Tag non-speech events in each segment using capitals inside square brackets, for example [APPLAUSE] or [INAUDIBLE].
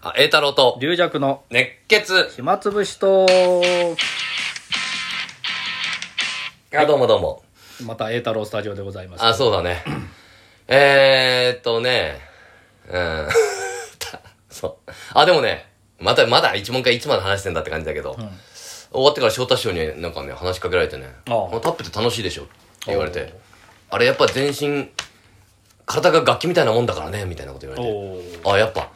あ、栄太郎と、龍弱の熱血。暇つぶしと、あ、どうもどうも。また栄太郎スタジオでございます。あ、そうだ [CLEARS THROAT] ね。えーっとね、うん。 [LAUGHS] そう。あ、でもね、また、まだ一問か一まで話してんだって感じだけど、終わってから翔太師匠になんかね、話しかけられてね、ああタップって楽しいでしょって言われて、あれやっぱ全身、体が楽器みたいなもんだからね、みたいなこと言われて。おーあやっぱ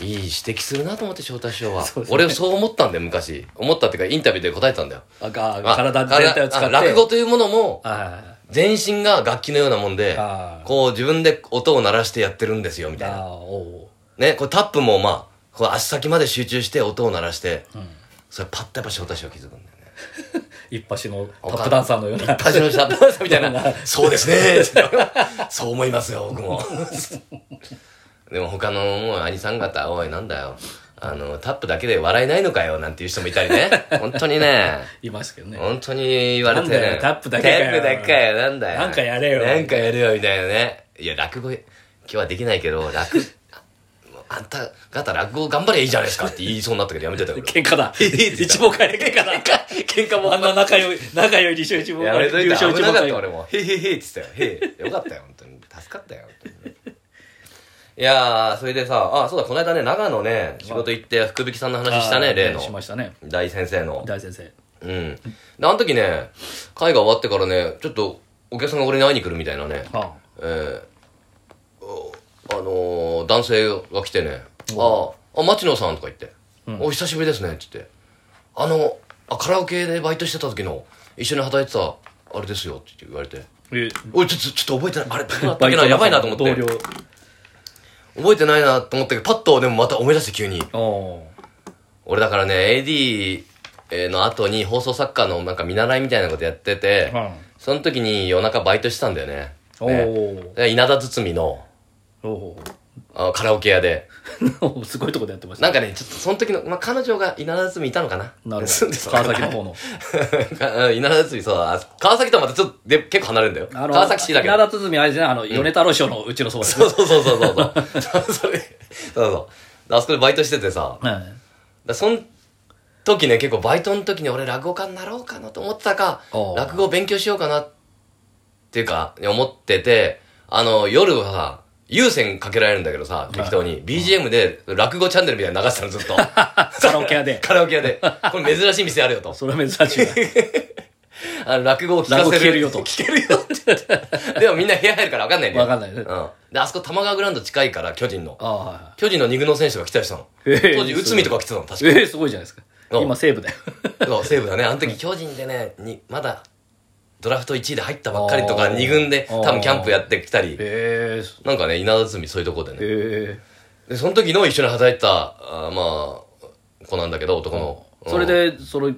いい指摘するなと思って翔太師匠は、そうですね俺そう思ったんだよ昔思ったっていうかインタビューで答えたんだよあがあ体全体を使って。あ落語というものもあ全身が楽器のようなもんであこう自分で音を鳴らしてやってるんですよみたいなあ、おねこれタップもまあこう足先まで集中して音を鳴らして、それパッとやっぱ翔太師匠気づくんだよねー一発のタップダンサーのような。パチの下み [LAUGHS] たいな「そうですね」そう思いますよ僕も [LAUGHS] でも他のもう兄さん方「おいなんだよあのタップだけで笑えないのかよ」なんていう人もいたりね本当にねいますけどね。本当に言われてなんだねよタップだけかよタップだけかよなんだよなんかやれよなんかやれよみたいなねいや落語今日はできないけど落 [LAUGHS] あんた方落語頑張りゃいいじゃないですかって言いそうになったけどやめてたけど喧嘩だ。一望会 [LAUGHS] で喧嘩だ。喧嘩もあんな仲良い、仲良い二勝一望やめとい優た勝危一な望かっ会た。俺も「へいへいへい」っつったよ「へい」よかったよ本当に助かったよ本当にいやーそれでさあそうだこの間ね長野ね仕事行って福引さんの話したあねー例しのましたね。大先生の大先生。うんであの時ね会が終わってからねちょっとお客さんが俺に会いに来るみたいなねあえーおあのー男性が来てね「あああ町野さん」とか言って「お久しぶりですね」って言って「あのあカラオケでバイトしてた時の一緒に働いてたあれですよ」って言われてえ「おいちょちょちょっと覚えてないあれどうだったっけなやばいなと思って同僚。覚えてないなと思ったけどパッとでもまた思い出して急にお俺だからね AD えーの後に放送作家のなんか見習いみたいなことやってて、ーうんその時に夜中バイトしてたんだよねおねーで稲田堤のおあカラオケ屋でー。 [LAUGHS] すごいとこでやってましたね。なんかね、ちょっとその時の、まあ、彼女が稲田堤いたのかななるほ住んでど。た川崎の方の。か [LAUGHS] 稲田堤、そうだ、あ川崎とはまたちょっとで結構離れるんだよ。あの川崎市だけ稲ど。田堤あれじゃないあの、米太郎師匠のうちのそばです。そうそうそうそうそう。 [LAUGHS] そうそれそうそう。あそこでバイトしててさ、はいだそん時ね、結構バイトの時に俺落語家になろうかなと思ってたかお、う落語勉強しようかなっていうか、思ってて、あの、夜はさ、有線かけられるんだけどさ、適当に。BGM で落語チャンネルみたいなの流してたのず [LAUGHS] っと。カラオケ屋で。カラオケ屋で。これ珍しい店あるよと。それは珍しいな。あの落語を聞かせる。落語聞けるよと聞けるよって言って。でもみんな部屋入るから分かんないんだよ。分かんないうねん。で、あそこ玉川グラウンド近いから、巨人の。ああ、は巨人の二軍の選手が来たりしたの。ええ当時、内海とか来てたの、確 [LAUGHS] かい。に。ええ、すごいじゃないですか。うん今、西武だよ。そう、西武だね。あの時、巨人でね、に、まだ、ドラフト1位で入ったばっかりとか、あー二軍で多あ分ーキャンプやってきたり。えなんかね、稲田堤そういうとこでえ、ね。えで、その時の一緒に働いてた、あーまあ、子なんだけど、男の。え。それで、その、あ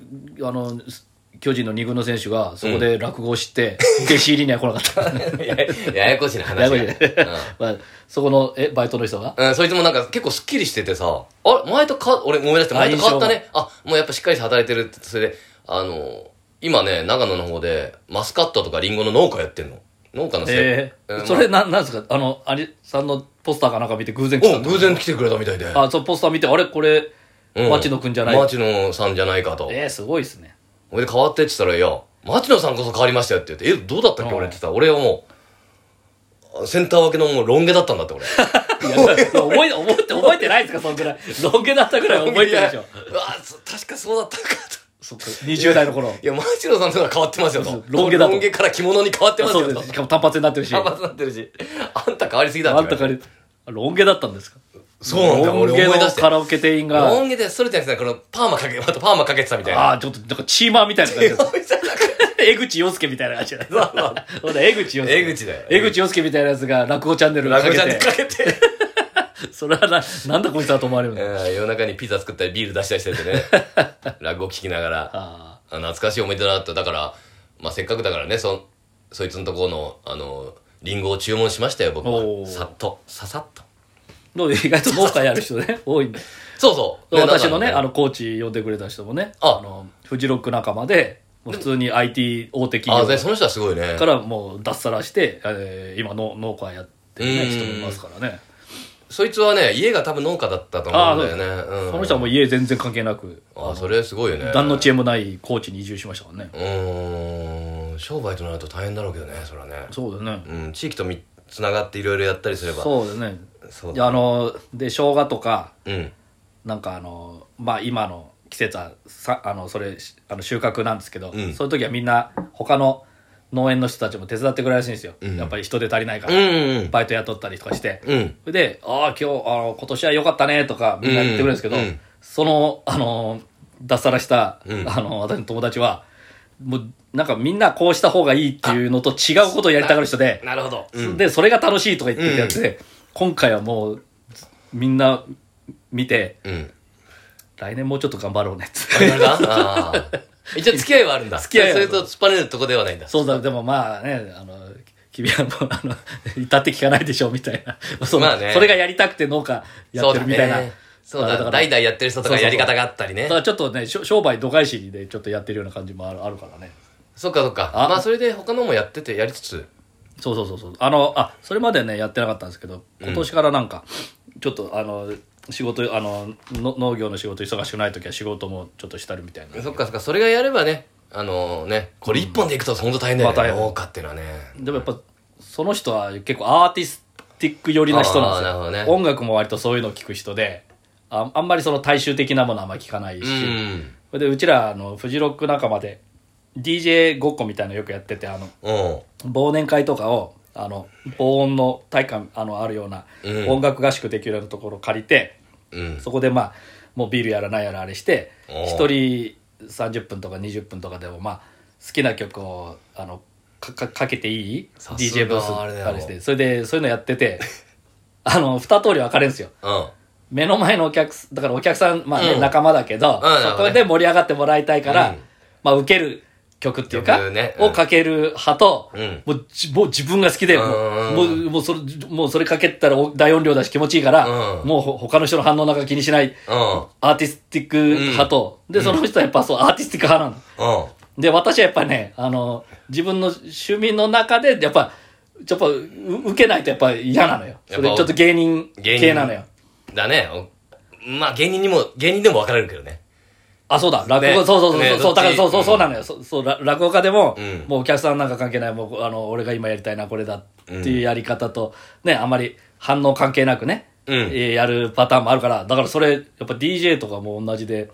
の、巨人の二軍の選手が、そこで落語を知って、弟子入りには来なか [LAUGHS] った。うん、や [LAUGHS] ややこしいな話が。ややこしいねうんまあ、そこの、え、バイトの人がうん、そいつもなんか結構スッキリしててさ、あれ前とか、俺思い出して、あ前と変わったね。あ、もうやっぱしっかり働いてるって、それで、あの、今ね、長野の方で、マスカットとかリンゴの農家やってんの。農家のせい。えうんまえ。あそれ、な、なんですかあの、アリさんのポスターかなんか見て偶然来たおんだ偶然来てくれたみたいで。あ、そう、ポスター見て、あれこれ、うん町野くんじゃない町野さんじゃないかと。ええ、すごいですね。ほいで変わってって言ったら、いや、町野さんこそ変わりましたよって言って、え、どうだったっけうん俺って言ったら、俺はもう、あセンター分けのもうロン毛だったんだって俺。いや、覚え、覚えて、覚えてないですかそんぐらい。ロン毛だったぐら [LAUGHS] い覚えてるでしいょ。 [LAUGHS] やうわ、そ確かそうだったのかと。そっか、20代の頃。いや、町野さんとか変わってますよと。ロン毛だとロン毛から着物に変わってますそうよでとす。。しかも単発になってるし。茶あ髪になってるし。あんた変わりすぎだってんた言われて。から、ロン毛だったんですかそうなんだよ、ロ俺思ンい毛出のして。カラオケ店員ロが、ン毛でそれじゃなくて、このパーマかけ、ま [LAUGHS] たパーマかけてたみたいな。ああ、ちょっと、なんかチーマーみたいな感じだった。江口洋介みたいな感じだった。そうだ、江口洋介。江口だよ江口洋介みたいなやつが落語チャンネルにラかグけジャンでて、かけて。それはな、なんだこいつだと思われる [LAUGHS] んえだ。ー夜中にピザ作ったりビール出したりしててね。 [LAUGHS] ラグを聞きながら。ああ懐かしい思い出だなと。だから、まあせっかくだからね、そ、そいつのところの、あの、リンゴを注文しましたよ、僕おは。ーさっと、ささっと。あ。の意外と豪華やる人ね、多いんで。そうそう。私のね、なんかあの、コーチ呼んでくれた人もね、ああの、フジロック仲間で、もう普通に IT 大手あ企ね業その人はすごいねか。らもう脱サラして、えー今の農家やってるねうん人もいますからね。そいつはね家が多分農家だったと思うんだよねうんその人はもう家全然関係なくああそれすごいよね何の知恵もない高知に移住しましたからねうーん商売となると大変だろうけどねそれはねそうだねうん地域とみつながっていろいろやったりすればそうだねそうであので生姜とかうんなんかあのまあ今の季節はさあのそれしあの収穫なんですけど、うんそういう時はみんな他の農園の人たちも手伝ってくれるらしいんですよ、うんやっぱり人手足りないかうら、んうんバイト雇ったりとかして、うんそれで、ああ、今日、あの、今年は良かったね、とか、みんな言ってくれるんですけど、うんうんその、あの、脱サラした、うんあの、私の友達は、もう、なんかみんなこうした方がいいっていうのと違うことをやりたがる人で、なるほどうんで、それが楽しいとか言ってるやつで、今回はもう、みんな見て、うん来年もうちょっと頑張ろうねって。あ [LAUGHS] れだあ [LAUGHS] あ一応付き合いはあるんだ付き合いはそあれると突っ張れるとこではないんだそうだ、でもまあね、あの、君はもう、あの、至って聞かないでしょ、みたいな。そのまあねそれがやりたくて農家やってるみたいな。そうあれだねそうだから代々やってる人とかやり方があったりねだからちょっとねしょ商売度外視でちょっとやってるような感じもあるあるからねそっかそっかあまあそれで他のもやっててやりつつそうそうそうそうあのあそれまでねやってなかったんですけど今年からなんか、ちょっとあの仕事あのの農業の仕事忙しくない時は仕事もちょっとしたるみたいなそっかそっかそれがやればねあのねこれ一本でいくと本当大変だよねまあ大変農家っていうのはねでもやっぱその人は結構アーティスティック寄りな人なんですあーよ、なるほどね音楽も割とそういうのを聞く人でああんまりその大衆的なものはあんまり聞かないし、うんそれでうちらあのフジロック仲間で DJ ごっこみたいなのよくやっててあのうん忘年会とかをあの防音の体感あのあるようなうん音楽合宿できるようなところを借りて、うんそこでまあもうビールやらないやらあれしておー一人30分とか20分とかでもまあ好きな曲をあのかかかけていいさすが DJ ブースあれだよあれしてそれでそういうのやっ [LAUGHS] ててあの二通り分かれるんですようん目の前のお客すだからお客さん、まあねうん仲間だけど、うんそこで盛り上がってもらいたいから、うんまあ、受ける曲っていうか、曲ねうんをかける派と、うんもうじもう自分が好きで、もうもうんうもうそれもうそれかけたらお大音量だし気持ちいいから、うんもうほ他の人の反応なんか気にしないうんアーティスティック派と、で、その人はやっぱそうアーティスティック派なの。うんで、私はやっぱね、あの、自分の趣味の中で、やっぱ、ちょっとう受けないとやっぱ嫌なのよ。そやっれぱちょっと芸人芸人系なのよ。だねおまあ芸人にも芸人でも分かれるけどねあ、そうだ、落語、ねそうそうそう、ねそう、だからどそっちううそう、んそうなのよ。そう、そうら落語家でも、うんもうお客さんなんか関係ない、もう、あの、俺が今やりたいな、これだっていうやり方と、ね、あまり反応関係なくね、うんえーやるパターンもあるから、だからそれ、やっぱ DJ とかも同 [LAUGHS] じで、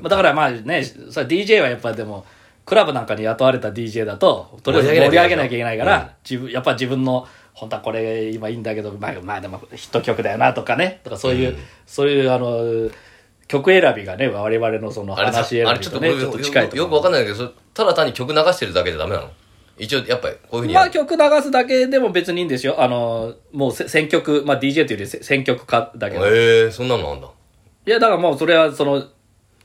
まあだからまあね、それ DJ はやっぱでも、クラブなんかに雇われた DJ だと、とりあえず盛り上げなきゃいけないから、自分、やっぱ自分の、本当はこれ今いいんだけど、まあ、まあでもヒット曲だよなとかね、とかそういう、そういうあの、曲選びがね、我々のそのあれさ話選あれびちょっととね、ねちょっと近いところよく分かんないけどそれただ単に曲流してるだけじゃダメなの一応やっぱりこういうふうにまやある曲流すだけでも別にいいんですよ。あの、もうせ選曲、まあ DJ というよりせ選曲家だけど。いへえそんなのあんだや、だからもうそれはその、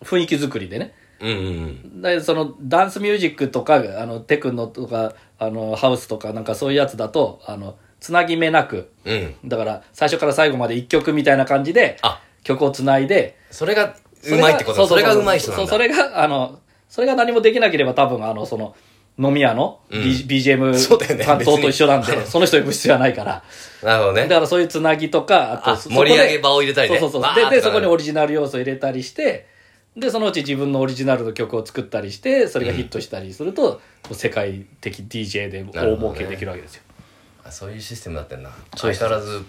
雰囲気作りでね。うんうんうんでそのダンスミュージックとかあのテクノとかあのハウスとかなんかそういうやつだとあのつなぎ目なくうんだから最初から最後まで一曲みたいな感じであ曲をつないでそれがそれうがまいってことだそれがうまい人なそんうそだれがあのそれが何もできなければ多分あのその飲み屋の B- BGM そうだよね担当と一緒なん別でその人呼ぶ必要はない [LAUGHS] からなるほどだねからそういうつなぎとかあとあそこで盛り上げ場を入れたりねそうそうそわーっうてなでるでそこにオリジナル要素入れたりしてでそのうち自分のオリジナルの曲を作ったりしてそれがヒットしたりすると、もう世界的 DJ でなるほ大ど儲ねけできるわけですよ、あそういうシステムになってんなそ相うです変わらず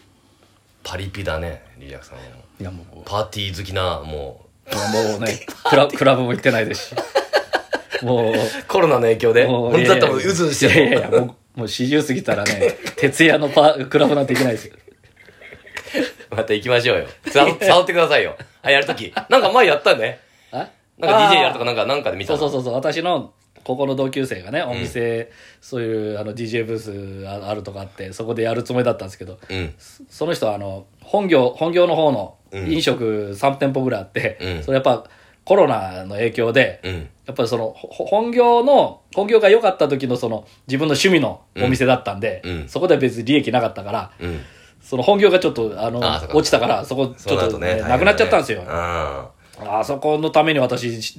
パリピだねリリアクさんはいやもうもパーティー好きなもうもうね [LAUGHS] クラクラブも行ってないですしもううコロナの影響でもう本当だったらもういやいやうずうずしていやいるやいやもうもう四十過ぎたら [LAUGHS] ね徹夜のパクラブなんて行けないですよまた行きましょうよさ [LAUGHS] 触ってくださいよあやるときなんか前やったねあなんか DJ やるとあかーなんかなんかで見たそうなそうそうそう私の高校の同級生がねお店、そういうあの DJ ブースああるとかあってそこでやるつもりだったんですけどうんその人はあの本業本業の方のうん飲食3店舗ぐらいあって、うんそれやっぱコロナの影響で、うんやっぱりそのほほ本業の本業が良かった時のその自分の趣味のお店だったんで、うんそこでは別に利益なかったからうんその本業がちょっとあのあーそうか落ちたからそこちそうょなっると、とねねなくなっちゃったんですよ、ああそこのために私し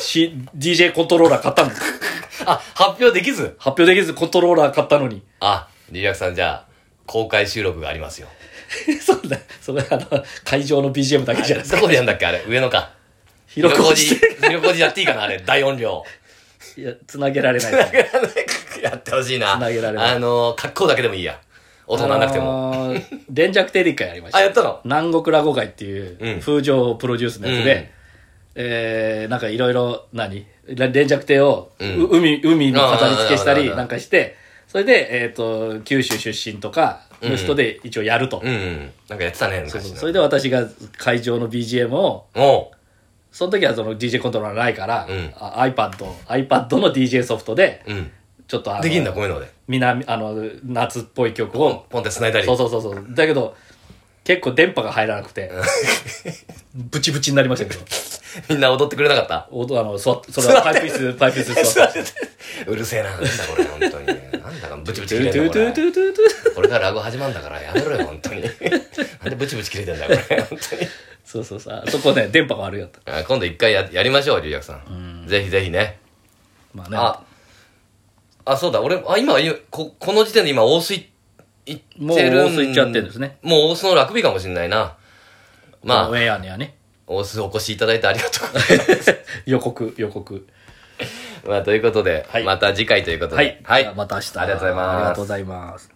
し DJ コントローラー買ったんですあ発表できず発表できずコントローラー買ったのに [LAUGHS] あリリアクさんじゃあ公開収録がありますよそうだ、それあの、会場の BGM だけじゃないです [LAUGHS] か。どこでやんだっけあれ上野か広小小路路広小路やっていいかなあれ大音量いや、つなげられない。 [LAUGHS] やってほしいな繋げられないあのー格好だけでもいいや音鳴らなくても、あのー連着テレビ会やりましたあ。やったの南国落語会ってういんう風情プロデュースのやつで、うんえー、なんかいろいろ何連連着艇を、うん海海に飾り付けしたあーあーあーりあーなんかしてそれで、えー、と九州出身とかの人で一応やると、うんうんなんかやってたねそうそ昔うなそれで私が会場の BGM をおその時はその DJ コントローラーないから、うんあ iPad, iPad の DJ ソフトでううんちょっとあのできんだこういうので南あの夏っぽい曲をポンって繋いだりそうそうそうそう。だけど、結構電波が入らなくて、ブチブチになりましたけど。みんな踊ってくれなかったおあの、そ、それはパイプ椅子、パイプ椅子座って。うるせえななんだこれ本当になんだかブチブトチ切ゥれトてゥんだトゥこトれゥトゥトゥこれからラグ始まんだからやめろよ本当になんでブチブチ切れてんだよこれ本当にそうそうそう。あそこね、電波が悪いやった。あ今度一回ややりましょう龍薬さんぜひぜひねまあね。ああそうだ俺あ今いここの時点で今大須い行ってるもう大須行っちゃってるんですねもう大須のラグビーかもしれないなまウあェアにはね。大須お越しいただいてありがとうご [LAUGHS] ざいます予告、予告。まあということで、はいまた次回ということではい。はい、じゃあまた明日。ありがとうございますありがとうございます。